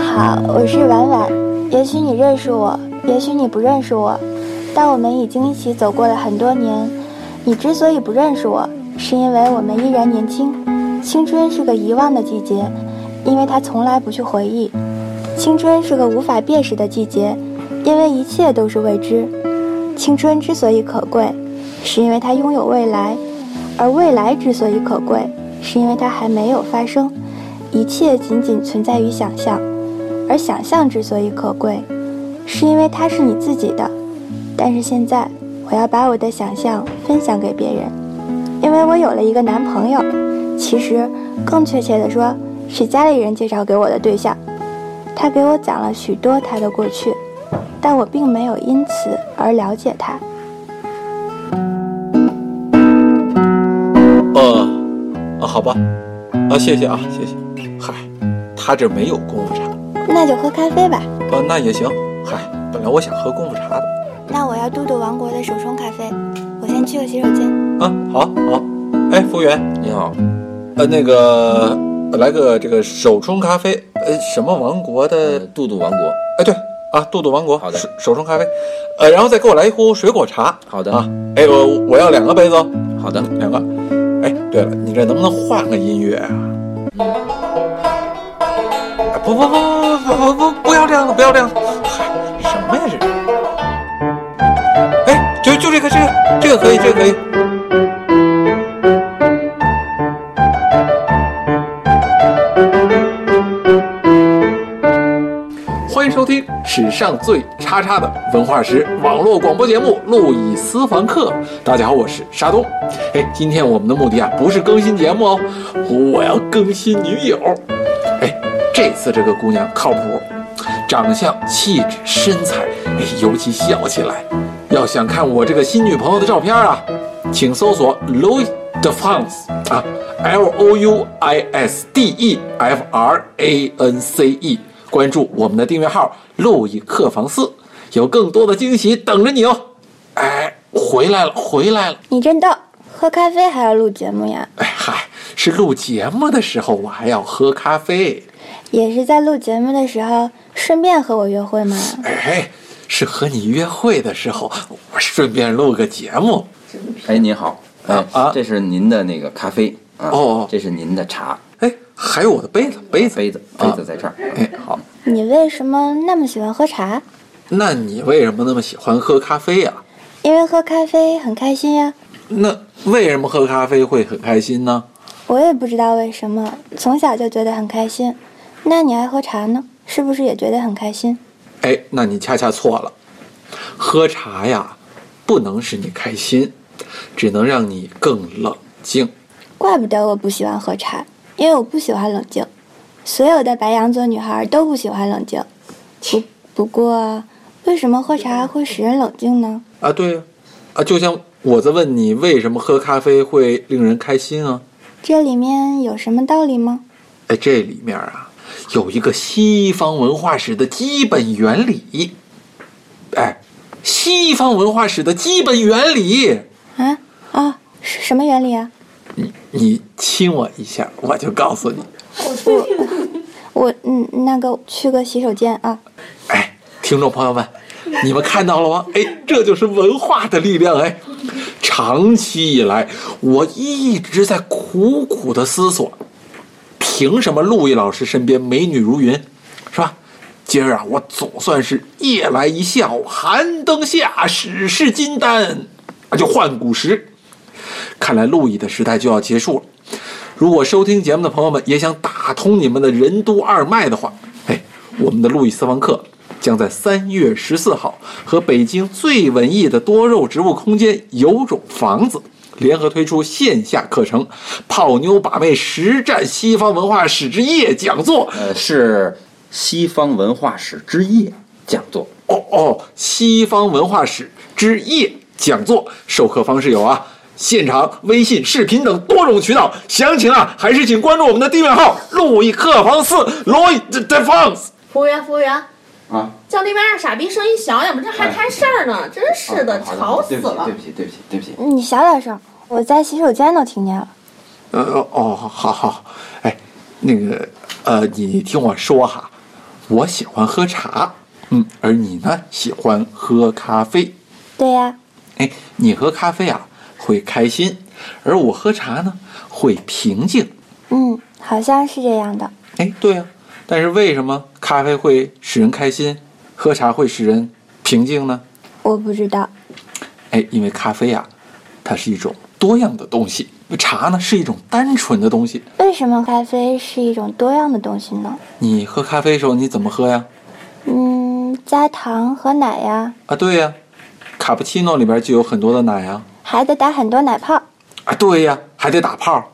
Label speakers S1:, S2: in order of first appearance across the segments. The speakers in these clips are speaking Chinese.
S1: 好，我是婉婉。也许你认识我，也许你不认识我，但我们已经一起走过了很多年。你之所以不认识我，是因为我们依然年轻。青春是个遗忘的季节，因为它从来不去回忆。青春是个无法辨识的季节，因为一切都是未知。青春之所以可贵，是因为它拥有未来；而未来之所以可贵，是因为它还没有发生。一切仅仅存在于想象，而想象之所以可贵，是因为它是你自己的。但是现在，我要把我的想象分享给别人，因为我有了一个男朋友，其实更确切的说，是家里人介绍给我的对象。他给我讲了许多他的过去，但我并没有因此而了解他。
S2: 呃，啊，好吧，啊，谢谢啊，谢谢。嗨，他这没有功夫茶，
S1: 那就喝咖啡吧。
S2: 呃，那也行。嗨，本来我想喝功夫茶的。
S1: 那我要嘟嘟王国的手冲咖啡，我先去个洗手间。
S2: 啊，好，好。哎，服务员，你好。呃，那个，来个这个手冲咖啡。呃，什么王国的？
S3: 呃杜杜王国，
S2: 哎，对啊，杜杜王国。
S3: 好的
S2: 手手冲咖啡。呃，然后再给我来一壶水果茶。
S3: 好的
S2: 啊。哎，我我要两个杯子哦。
S3: 好的，
S2: 两个。哎，对了，你这能不能换个音乐啊？
S4: 啊
S2: 哎不不不不不不不不要这样子，不要这样子！嗨，什么呀这是？哎，就就这个这个这个可以，这个可以。
S4: 欢迎收听史上最叉叉的文化史网络广播节目《路易私房课》。大家好，我是沙东。哎，今天我们的目的啊，不是更新节目哦，我要更新女友。哎，这次这个姑娘靠谱，长相、气质、身材，哎，尤其笑起来。要想看我这个新女朋友的照片啊，请搜索 Louis de France 啊，L O U I S D E F R A N C E，关注我们的订阅号“路易客房四”，有更多的惊喜等着你哦。哎，回来了，回来了。
S1: 你真逗，喝咖啡还要录节目呀？
S4: 哎嗨，是录节目的时候，我还要喝咖啡。
S1: 也是在录节目的时候顺便和我约会吗？
S4: 哎，是和你约会的时候，我顺便录个节目。
S3: 哎，您好，哎
S4: 啊
S3: 这是您的那个咖啡啊，
S4: 哦哦
S3: 这是您的茶
S4: 哎，还有我的杯子，杯子，
S3: 杯子，杯子在这儿。啊
S4: 哎
S3: 好，
S1: 你为什么那么喜欢喝茶？
S4: 那你为什么那么喜欢喝咖啡呀、
S1: 因为喝咖啡很开心呀。
S4: 那为什么喝咖啡会很开心呢？
S1: 我也不知道为什么，从小就觉得很开心。那你爱喝茶呢？是不是也觉得很开心？
S4: 哎，那你恰恰错了。喝茶呀，不能使你开心，只能让你更冷静。
S1: 怪不得我不喜欢喝茶，因为我不喜欢冷静。所有的白羊座女孩都不喜欢冷静。不不过，为什么喝茶会使人冷静呢？
S4: 啊，对呀、啊，就像我在问你为什么喝咖啡会令人开心啊？
S1: 这里面有什么道理吗？
S4: 哎，这里面啊，有一个西方文化史的基本原理。哎，西方文化史的基本原理，
S1: 啊啊，是什么原理啊？
S4: 你亲我一下，我就告诉你。
S1: 我嗯，那个去个洗手间啊。
S4: 哎，听众朋友们，你们看到了吗？哎，这就是文化的力量。哎，长期以来，我一直在苦苦的思索，凭什么陆毅老师身边美女如云，是吧？今儿啊，我总算是夜来一笑，寒灯下，始是金丹，啊，就换古时。看来陆毅的时代就要结束了。如果收听节目的朋友们也想打通你们的任督二脉的话，哎，我们的路易私房课将在三月十四号和北京最文艺的多肉植物空间有种房子联合推出线下课程《泡妞把妹实战西方文化史之夜》讲座。
S3: 呃，是西方文化史之夜讲座。
S4: 哦哦，西方文化史之夜讲座，授课方式有啊，现场、微信、视频等多种渠道。详情啊，还是请关注我们的订阅号“路易客房四 Louis de France”。
S5: 服务员，服务员，
S3: 啊，
S5: 叫那边让傻逼声音小点吧，这还摊事儿呢，真是的，
S3: 啊好
S5: 吵死了
S3: 对。不起，对不起，对不起，对不起。
S1: 你小点声，我在洗手间都听见了。
S4: 呃呃哦，好好，哎，那个呃，你听我说哈，我喜欢喝茶，嗯，而你呢，喜欢喝咖啡。
S1: 对呀、
S4: 哎，你喝咖啡啊会开心，而我喝茶呢会平静。
S1: 嗯，好像是这样的。
S4: 哎，对啊，但是为什么咖啡会使人开心，喝茶会使人平静呢？
S1: 我不知道。
S4: 哎，因为咖啡啊，它是一种多样的东西，茶呢是一种单纯的东西。
S1: 为什么咖啡是一种多样的东西呢？
S4: 你喝咖啡的时候你怎么喝呀？
S1: 嗯，加糖和奶呀，
S4: 啊，对呀、卡布奇诺里边就有很多的奶啊。
S1: 还得打很多奶泡。
S4: 啊，对呀、还得打泡儿。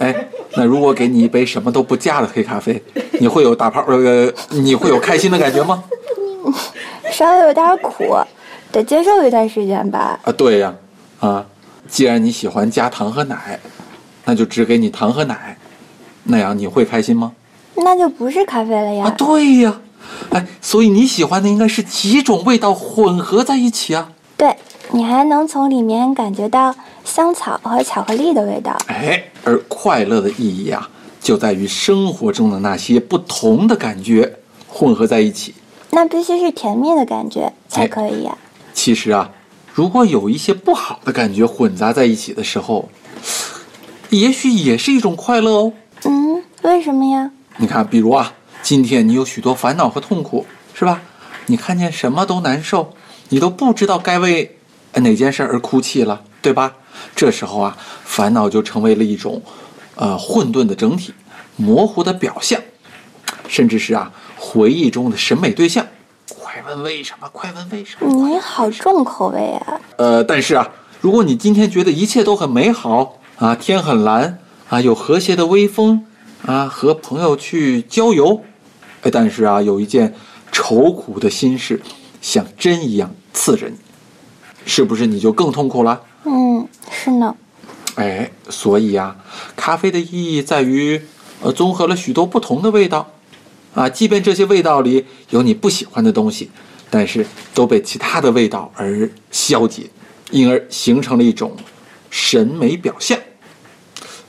S4: 哎，那如果给你一杯什么都不加的黑咖啡，你会有打泡儿呃，你会有开心的感觉吗？
S1: 稍微有点苦，得接受一段时间吧。
S4: 啊，对呀、啊，既然你喜欢加糖和奶，那就只给你糖和奶，那样你会开心吗？
S1: 那就不是咖啡了
S4: 啊，
S1: 呀。
S4: 对呀、哎，所以你喜欢的应该是几种味道混合在一起啊。
S1: 对，你还能从里面感觉到香草和巧克力的味道。
S4: 哎，而快乐的意义啊，就在于生活中的那些不同的感觉混合在一起。
S1: 那必须是甜蜜的感觉才可以呀、
S4: 其实啊，如果有一些不好的感觉混杂在一起的时候，也许也是一种快乐哦。
S1: 嗯，为什么呀？
S4: 你看，比如啊，今天你有许多烦恼和痛苦，是吧？你看见什么都难受，你都不知道该为呃哪件事而哭泣了，对吧？这时候啊，烦恼就成为了一种呃混沌的整体、模糊的表象，甚至是啊回忆中的审美对象。快问为什么？快问为什么？
S1: 你好重口味啊！
S4: 呃，但是啊，如果你今天觉得一切都很美好啊，天很蓝啊，有和谐的微风啊，和朋友去郊游，哎，但是啊，有一件愁苦的心事，像针一样刺着你，是不是你就更痛苦了？
S1: 嗯，是呢。
S4: 哎，所以呀、咖啡的意义在于，呃，综合了许多不同的味道，啊，即便这些味道里有你不喜欢的东西，但是都被其他的味道而消解，因而形成了一种审美表象。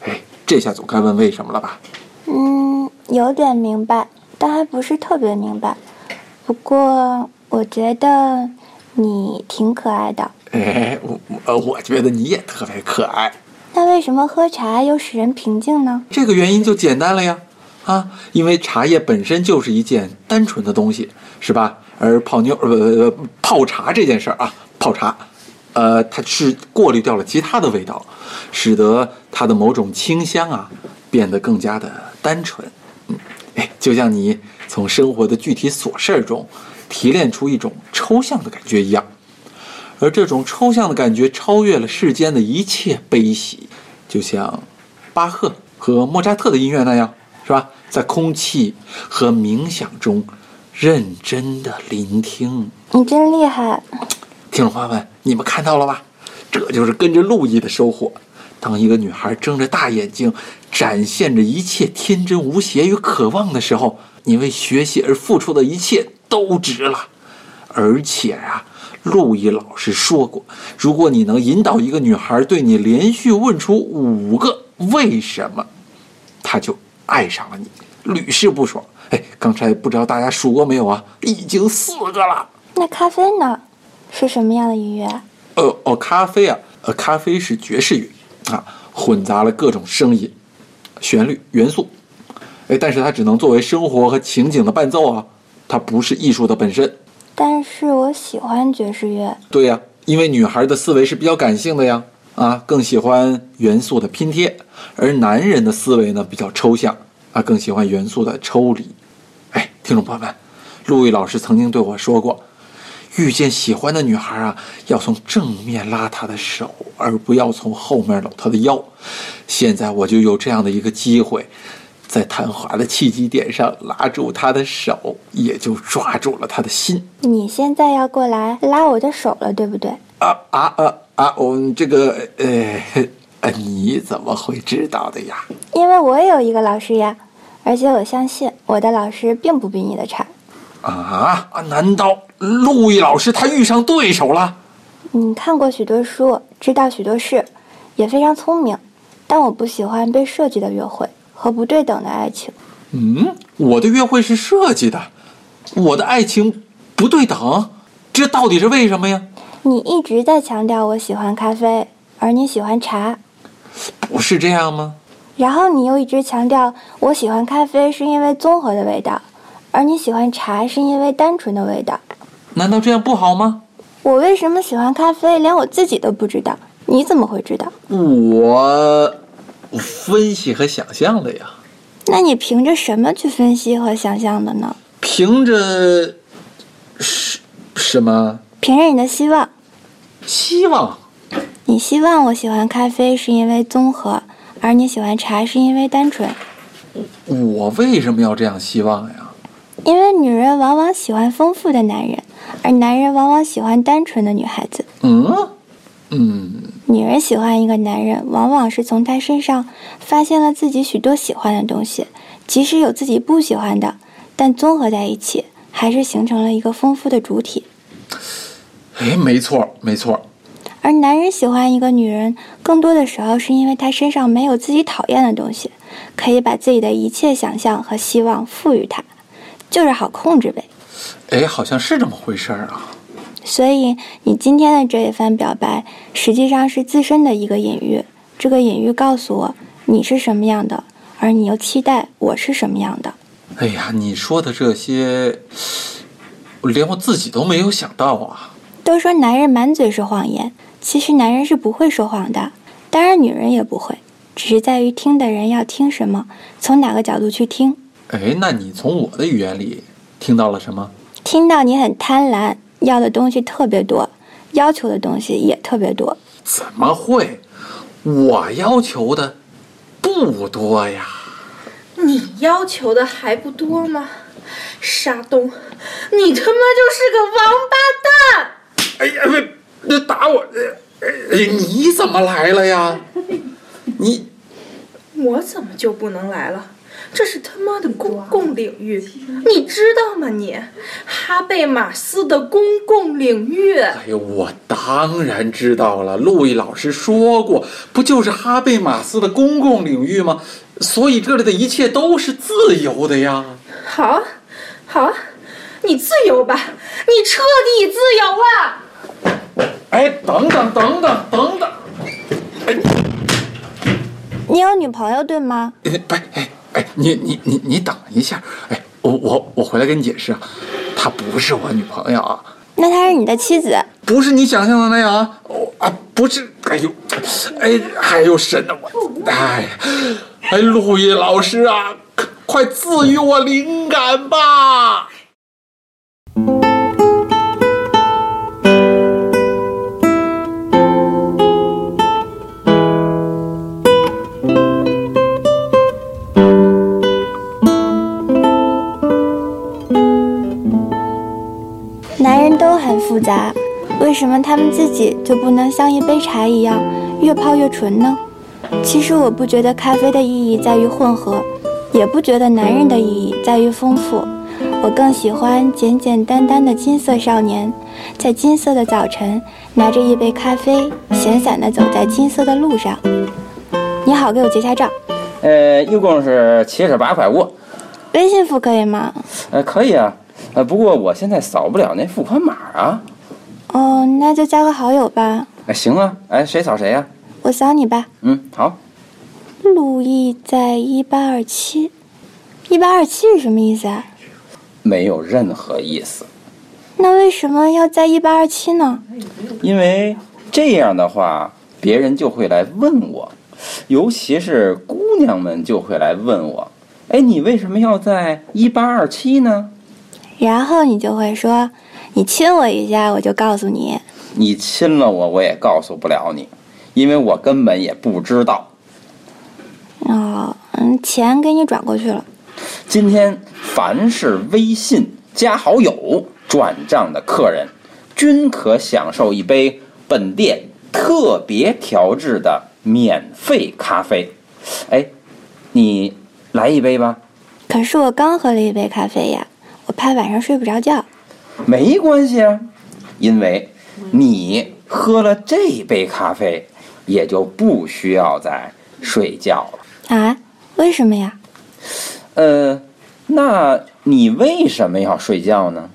S4: 哎，这下总该问为什么了吧？
S1: 嗯，有点明白，但还不是特别明白。不过我觉得你挺可爱的。
S4: 哎，我我呃我觉得你也特别可爱。
S1: 那为什么喝茶又使人平静呢？
S4: 这个原因就简单了呀，啊，因为茶叶本身就是一件单纯的东西，是吧？而泡妞呃呃泡茶这件事儿啊，泡茶，呃，它是过滤掉了其他的味道，使得它的某种清香啊变得更加的单纯。嗯，哎，就像你从生活的具体琐事儿中提炼出一种抽象的感觉一样。而这种抽象的感觉超越了世间的一切悲喜，就像巴赫和莫扎特的音乐那样，是吧？在空气和冥想中认真的聆听。
S1: 你真厉害！
S4: 听众朋友们，你们看到了吧？这就是跟着陆毅的收获。当一个女孩睁着大眼睛，展现着一切天真无邪与渴望的时候，你为学习而付出的一切都值了。而且啊，陆毅老师说过，如果你能引导一个女孩对你连续问出五个为什么，她就爱上了你，屡试不爽。哎，刚才不知道大家数过没有啊？已经四个了。
S1: 那咖啡呢？是什么样的音乐？啊
S4: 呃哦，咖啡啊，呃，咖啡是爵士乐啊，混杂了各种声音、旋律元素，哎，但是它只能作为生活和情景的伴奏啊，它不是艺术的本身。
S1: 但是我喜欢爵士乐。
S4: 对呀、因为女孩的思维是比较感性的呀，啊，更喜欢元素的拼贴，而男人的思维呢比较抽象，啊，更喜欢元素的抽离。哎，听众朋友们，陆毅老师曾经对我说过，遇见喜欢的女孩啊，要从正面拉她的手，而不要从后面搂她的腰。现在我就有这样的一个机会。在谈话的契机点上拉住她的手，也就抓住了她的心。
S1: 你现在要过来拉我的手了，对不对？
S4: 啊啊啊啊！我们这个呃呃，你怎么会知道的呀？
S1: 因为我也有一个老师呀，而且我相信我的老师并不比你的差。
S4: 啊啊！难道陆毅老师他遇上对手了？
S1: 你看过许多书，知道许多事，也非常聪明，但我不喜欢被设计的约会和不对等的爱情。
S4: 嗯，我的约会是设计的，我的爱情不对等，这到底是为什么呀？
S1: 你一直在强调我喜欢咖啡，而你喜欢茶，
S4: 不是这样吗？
S1: 然后你又一直强调我喜欢咖啡是因为综合的味道，而你喜欢茶是因为单纯的味道。
S4: 难道这样不好吗？
S1: 我为什么喜欢咖啡，连我自己都不知道，你怎么会知道？
S4: 我我分析和想象的呀，
S1: 那你凭着什么去分析和想象的呢？
S4: 凭着什什么
S1: 凭着你的希望，
S4: 希望？
S1: 你希望我喜欢咖啡是因为综合，而你喜欢茶是因为单纯。
S4: 我为什么要这样希望呀？
S1: 因为女人往往喜欢丰富的男人，而男人往往喜欢单纯的女孩子。
S4: 嗯嗯，
S1: 女人喜欢一个男人，往往是从他身上发现了自己许多喜欢的东西，即使有自己不喜欢的，但综合在一起，还是形成了一个丰富的主体。
S4: 哎，没错没错，
S1: 而男人喜欢一个女人，更多的时候是因为他身上没有自己讨厌的东西，可以把自己的一切想象和希望赋予她，就是好控制呗。
S4: 哎，好像是这么回事儿啊。
S1: 所以你今天的这一番表白，实际上是自身的一个隐喻。这个隐喻告诉我你是什么样的，而你又期待我是什么样的。
S4: 哎呀，你说的这些，我连我自己都没有想到啊。
S1: 都说男人满嘴是谎言，其实男人是不会说谎的，当然女人也不会，只是在于听的人要听什么，从哪个角度去听。
S4: 哎，那你从我的语言里听到了什么？
S1: 听到你很贪婪，要的东西特别多，要求的东西也特别多。
S4: 怎么会？我要求的不多呀。
S5: 你要求的还不多吗？沙东，你他妈就是个王八蛋！
S4: 哎呀，别别打我！哎哎，你怎么来了呀？你
S5: 我怎么就不能来了？这是他妈的公共领域，你知道吗你？哈贝马斯的公共领域，
S4: 哎呦，我当然知道了。陆毅老师说过，不就是哈贝马斯的公共领域吗？所以这里的一切都是自由的呀。
S5: 好啊，好啊，你自由吧，你彻底自由了。
S4: 哎，等等等等等等，
S1: 你有女朋友对吗？
S4: 哎不是，哎哎，你你你你等一下，哎，我我我回来跟你解释啊，她不是我女朋友啊。
S1: 那她是你的妻子。
S4: 不是你想象的那样啊！哦啊，不是，哎呦，哎，哎呦，神呐，我，哎，哎，陆毅老师啊，快赐予我灵感吧！
S1: 男人都很复杂，为什么他们自己就不能像一杯茶一样越泡越纯呢？其实我不觉得咖啡的意义在于混合，也不觉得男人的意义在于丰富。我更喜欢简简单单的金色少年，在金色的早晨，拿着一杯咖啡，闲散地走在金色的路上。你好，给我截下照，
S3: 呃，一共是七十八块五，
S1: 微信付可以吗？
S3: 呃，可以啊，呃，不过我现在扫不了那付款码啊。
S1: 哦，那就加个好友吧，
S3: 哎，行啊，哎，谁扫谁呀、
S1: 我扫你吧。
S3: 嗯，好，
S1: 陆毅在一八二七，一八二七是什么意思啊？
S3: 没有任何意思，
S1: 那为什么要在一八二七呢？
S3: 因为这样的话，别人就会来问我，尤其是姑娘们就会来问我，哎，你为什么要在一八二七呢？
S1: 然后你就会说，你亲我一下，我就告诉你。
S3: 你亲了我，我也告诉不了你，因为我根本也不知道。
S1: 哦，嗯，钱给你转过去了。
S3: 今天凡是微信加好友转账的客人，均可享受一杯本店特别调制的免费咖啡。哎，你来一杯吧，
S1: 可是我刚喝了一杯咖啡呀，我怕晚上睡不着觉。
S3: 没关系啊，因为你喝了这杯咖啡，也就不需要再睡觉了。
S1: 啊？为什么呀？
S3: 呃，那你为什么要睡觉呢？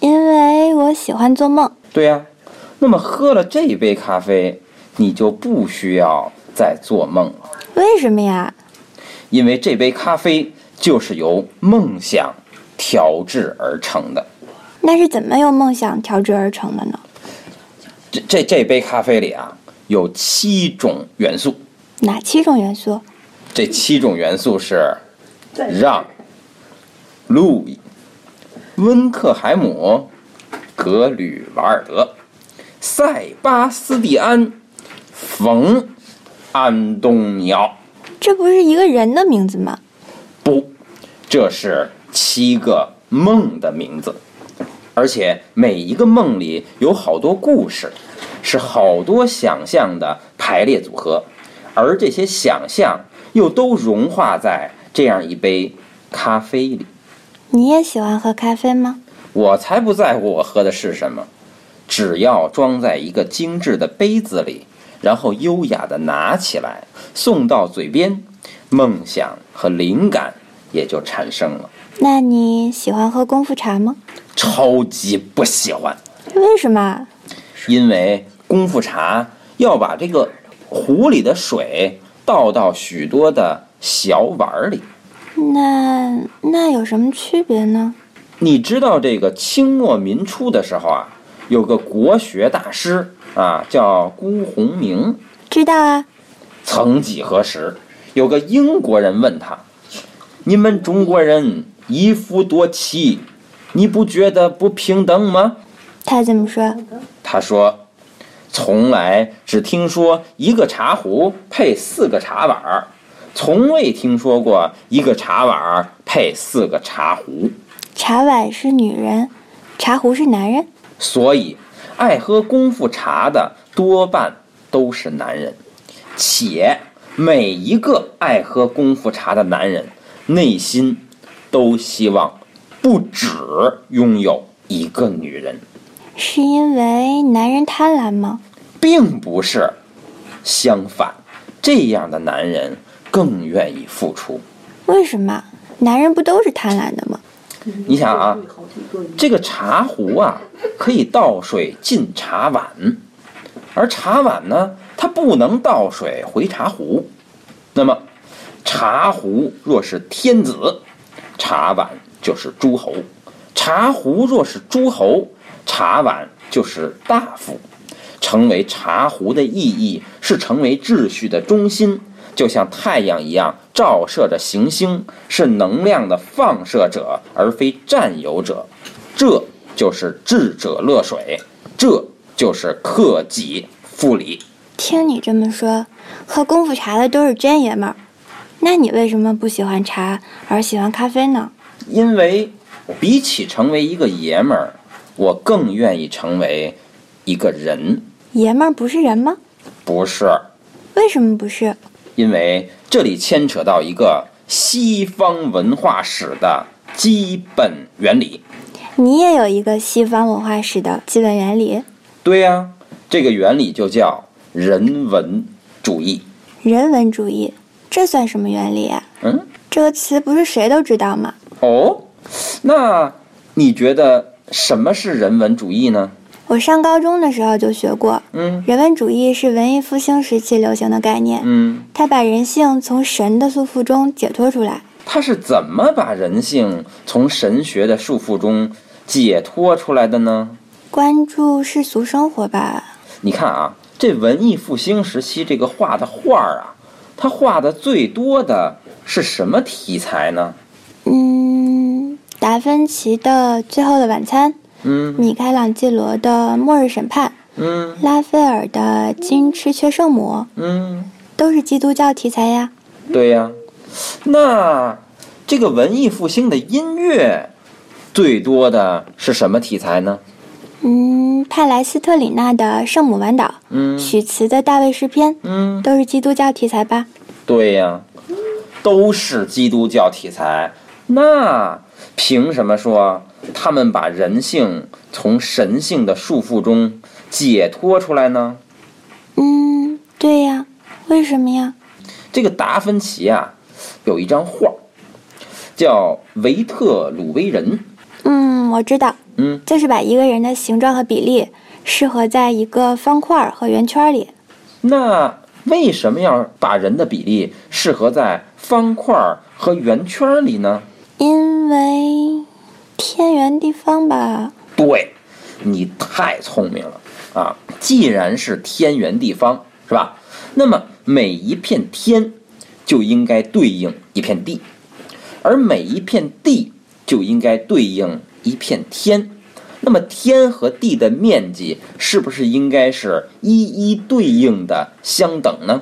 S1: 因为我喜欢做梦。
S3: 对呀、那么喝了这杯咖啡，你就不需要再做梦了，
S1: 为什么呀？
S3: 因为这杯咖啡就是由梦想调制而成的。
S1: 那是怎么由梦想调制而成的呢？
S3: 这这这杯咖啡里啊，有七种元素，
S1: 哪七种元素？
S3: 这七种元素是让、路易、温克海姆、格吕瓦尔德、塞巴斯蒂安、冯、安东尼奥。
S1: 这不是一个人的名字吗？
S3: 不，这是七个梦的名字，而且每一个梦里有好多故事，是好多想象的排列组合，而这些想象又都融化在这样一杯咖啡里。
S1: 你也喜欢喝咖啡吗？
S3: 我才不在乎我喝的是什么，只要装在一个精致的杯子里，然后优雅地拿起来，送到嘴边，梦想和灵感也就产生了。
S1: 那你喜欢喝功夫茶吗？
S3: 超级不喜欢，
S1: 为什么啊？
S3: 因为功夫茶要把这个壶里的水倒到许多的小碗儿里。
S1: 那那有什么区别呢？
S3: 你知道这个清末民初的时候啊，有个国学大师啊，叫辜鸿铭。
S1: 知道啊，
S3: 曾几何时，有个英国人问他：“你们中国人一夫多妻，你不觉得不平等吗
S1: 他怎么说？？”
S3: 他说：“从来只听说一个茶壶配四个茶碗儿，从未听说过一个茶碗儿配四个茶壶。
S1: 茶碗是女人，茶壶是男人。
S3: 所以，爱喝功夫茶的多半都是男人，且每一个爱喝功夫茶的男人内心都希望不止拥有一个女人，
S1: 是因为男人贪婪吗？
S3: 并不是相反，这样的男人更愿意付出。
S1: 为什么？男人不都是贪婪的吗？
S3: 你想啊，这个茶壶啊，可以倒水进茶碗，而茶碗呢，它不能倒水回茶壶。那么，茶壶若是天子，茶碗就是诸侯；茶壶若是诸侯，茶碗就是大夫。成为茶壶的意义是成为秩序的中心，就像太阳一样照射着行星，是能量的放射者而非占有者。这就是智者乐水，这就是克己复礼。
S1: 听你这么说，喝功夫茶的都是真爷们儿。那你为什么不喜欢茶而喜欢咖啡呢？
S3: 因为比起成为一个爷们儿，我更愿意成为一个人，
S1: 爷们儿不是人吗？
S3: 不是。
S1: 为什么不是？
S3: 因为这里牵扯到一个西方文化史的基本原理。
S1: 你也有一个西方文化史的基本原理，
S3: 对呀、这个原理就叫人文主义。
S1: 人文主义，这算什么原理啊？
S3: 嗯，
S1: 这个词不是谁都知道吗？
S3: 哦，那你觉得什么是人文主义呢？
S1: 我上高中的时候就学过，
S3: 嗯
S1: 人文主义是文艺复兴时期流行的概念，
S3: 嗯，
S1: 它把人性从神的束缚中解脱出来。
S3: 它是怎么把人性从神学的束缚中解脱出来的呢？
S1: 关注世俗生活吧，
S3: 你看啊，这文艺复兴时期这个画的画儿啊，他画的最多的是什么题材呢？
S1: 嗯，达芬奇的《最后的晚餐》，
S3: 嗯
S1: 米开朗基罗的《末日审判
S3: 嗯》，
S1: 拉斐尔的《金翅雀圣母》，
S3: 嗯。
S1: 都是基督教题材呀。
S3: 对呀、那这个文艺复兴的音乐最多的是什么题材呢？
S1: 嗯，帕莱斯特里纳的《圣母晚岛》，
S3: 嗯
S1: 许茨的《大卫诗篇》，
S3: 嗯，
S1: 都是基督教题材吧？
S3: 对呀、都是基督教题材。那凭什么说他们把人性从神性的束缚中解脱出来呢？
S1: 嗯，对呀，为什么呀？
S3: 这个达芬奇啊，有一张画，叫维特鲁威人。
S1: 嗯，我知道，
S3: 嗯，
S1: 就是把一个人的形状和比例适合在一个方块儿和圆圈里。
S3: 那为什么要把人的比例适合在方块儿和圆圈里呢？
S1: 因为偏远地方吧，
S3: 对，你太聪明了啊！既然是天圆地方，是吧？那么每一片天就应该对应一片地，而每一片地就应该对应一片天。那么天和地的面积是不是应该是一一对应的相等呢？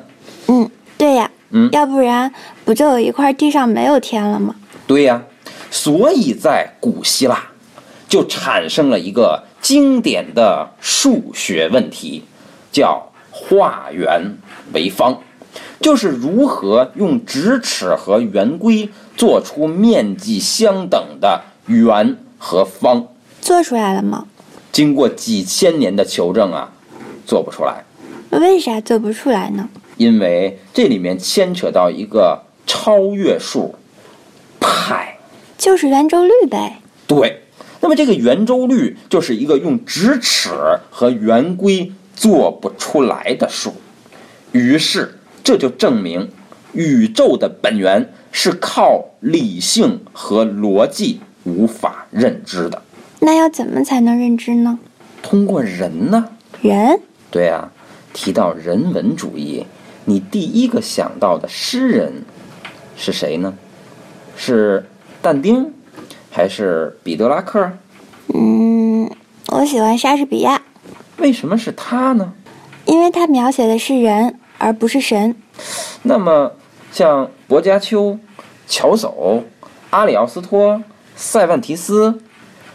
S1: 嗯，对呀，
S3: 嗯
S1: 要不然不就有一块地上没有天了吗？
S3: 对呀、所以在古希腊就产生了一个经典的数学问题，叫化圆为方，就是如何用直尺和圆规做出面积相等的圆和方。
S1: 做出来了吗？
S3: 经过几千年的求证啊，做不出来。
S1: 为啥做不出来呢？
S3: 因为这里面牵扯到一个超越数派。
S1: 就是圆周率呗。
S3: 对，那么这个圆周率就是一个用直尺和圆规做不出来的数，于是这就证明宇宙的本源是靠理性和逻辑无法认知的。
S1: 那要怎么才能认知呢？
S3: 通过人呢？
S1: 人
S3: 对啊，提到人文主义，你第一个想到的诗人是谁呢？是但丁，还是彼得拉克？
S1: 嗯，我喜欢莎士比亚，
S3: 为什么是他呢？
S1: 因为他描写的是人，而不是神。
S3: 那么，像薄伽丘、乔叟、阿里奥斯托、塞万提斯，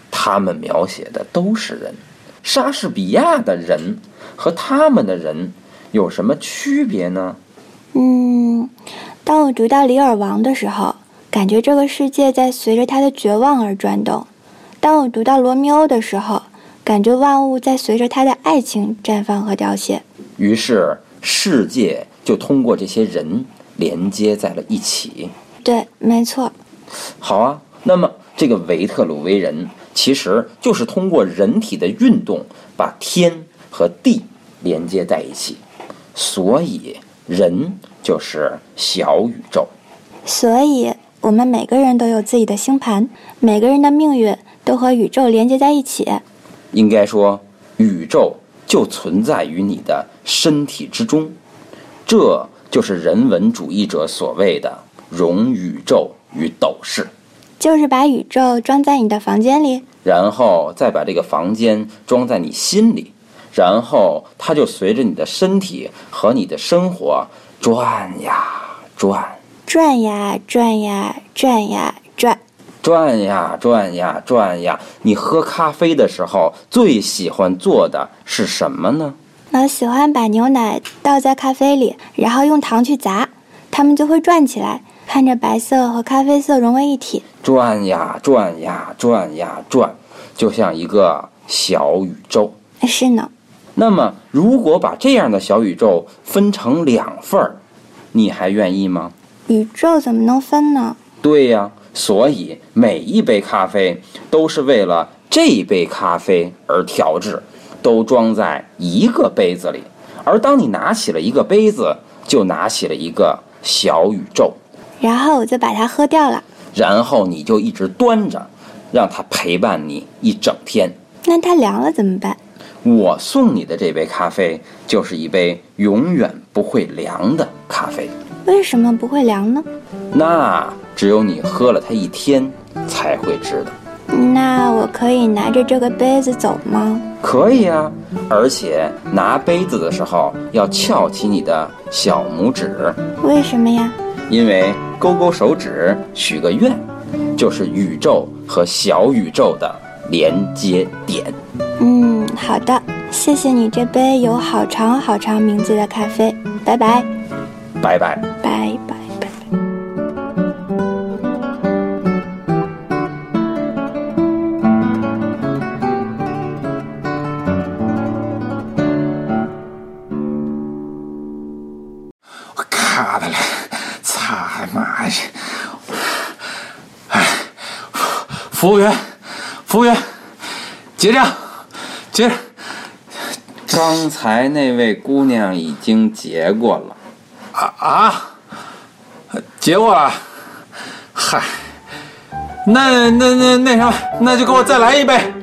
S3: 他们描写的都是人。莎士比亚的人和他们的人有什么区别呢？
S1: 嗯，当我读到《李尔王》的时候，感觉这个世界在随着他的绝望而转动；当我读到《罗密欧》的时候，感觉万物在随着他的爱情绽放和凋谢。
S3: 于是，世界就通过这些人连接在了一起。
S1: 对，没错，
S3: 好啊，那么这个维特鲁威人其实就是通过人体的运动把天和地连接在一起，所以人就是小宇宙。
S1: 所以我们每个人都有自己的星盘，每个人的命运都和宇宙连接在一起。
S3: 应该说，宇宙就存在于你的身体之中，这就是人文主义者所谓的“融宇宙与斗士”。
S1: 就是把宇宙装在你的房间里。
S3: 然后再把这个房间装在你心里，然后它就随着你的身体和你的生活转呀转，
S1: 转呀转呀转呀转，
S3: 转呀转呀转呀。你喝咖啡的时候最喜欢做的是什么呢？
S1: 我喜欢把牛奶倒在咖啡里，然后用糖去砸，它们就会转起来，看着白色和咖啡色融为一体。
S3: 转呀转呀转呀转，就像一个小宇宙。
S1: 哎是呢，
S3: 那么，如果把这样的小宇宙分成两份儿，你还愿意吗？
S1: 宇宙怎么能分呢？
S3: 对呀、所以每一杯咖啡都是为了这杯咖啡而调制，都装在一个杯子里。而当你拿起了一个杯子，就拿起了一个小宇宙，
S1: 然后我就把它喝掉了。
S3: 然后你就一直端着，让它陪伴你一整天。
S1: 那它凉了怎么办？
S3: 我送你的这杯咖啡，就是一杯永远不会凉的咖啡。
S1: 为什么不会凉呢？
S3: 那只有你喝了它一天，才会知道。
S1: 那我可以拿着这个杯子走吗？
S3: 可以啊，而且拿杯子的时候要翘起你的小拇指，
S1: 为什么呀？
S3: 因为勾勾手指许个愿，就是宇宙和小宇宙的连接点。
S1: 嗯，好的，谢谢你这杯有好长好长名字的咖啡，拜拜，
S3: 拜拜。
S1: 拜拜，拜拜。
S4: 我卡的了，擦的妈呀！哎，服务员，服务员，结账，结。
S3: 刚才那位姑娘已经结过了，
S4: 啊啊！结果了，嗨，那那那那什么，那就给我再来一杯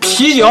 S4: 啤酒。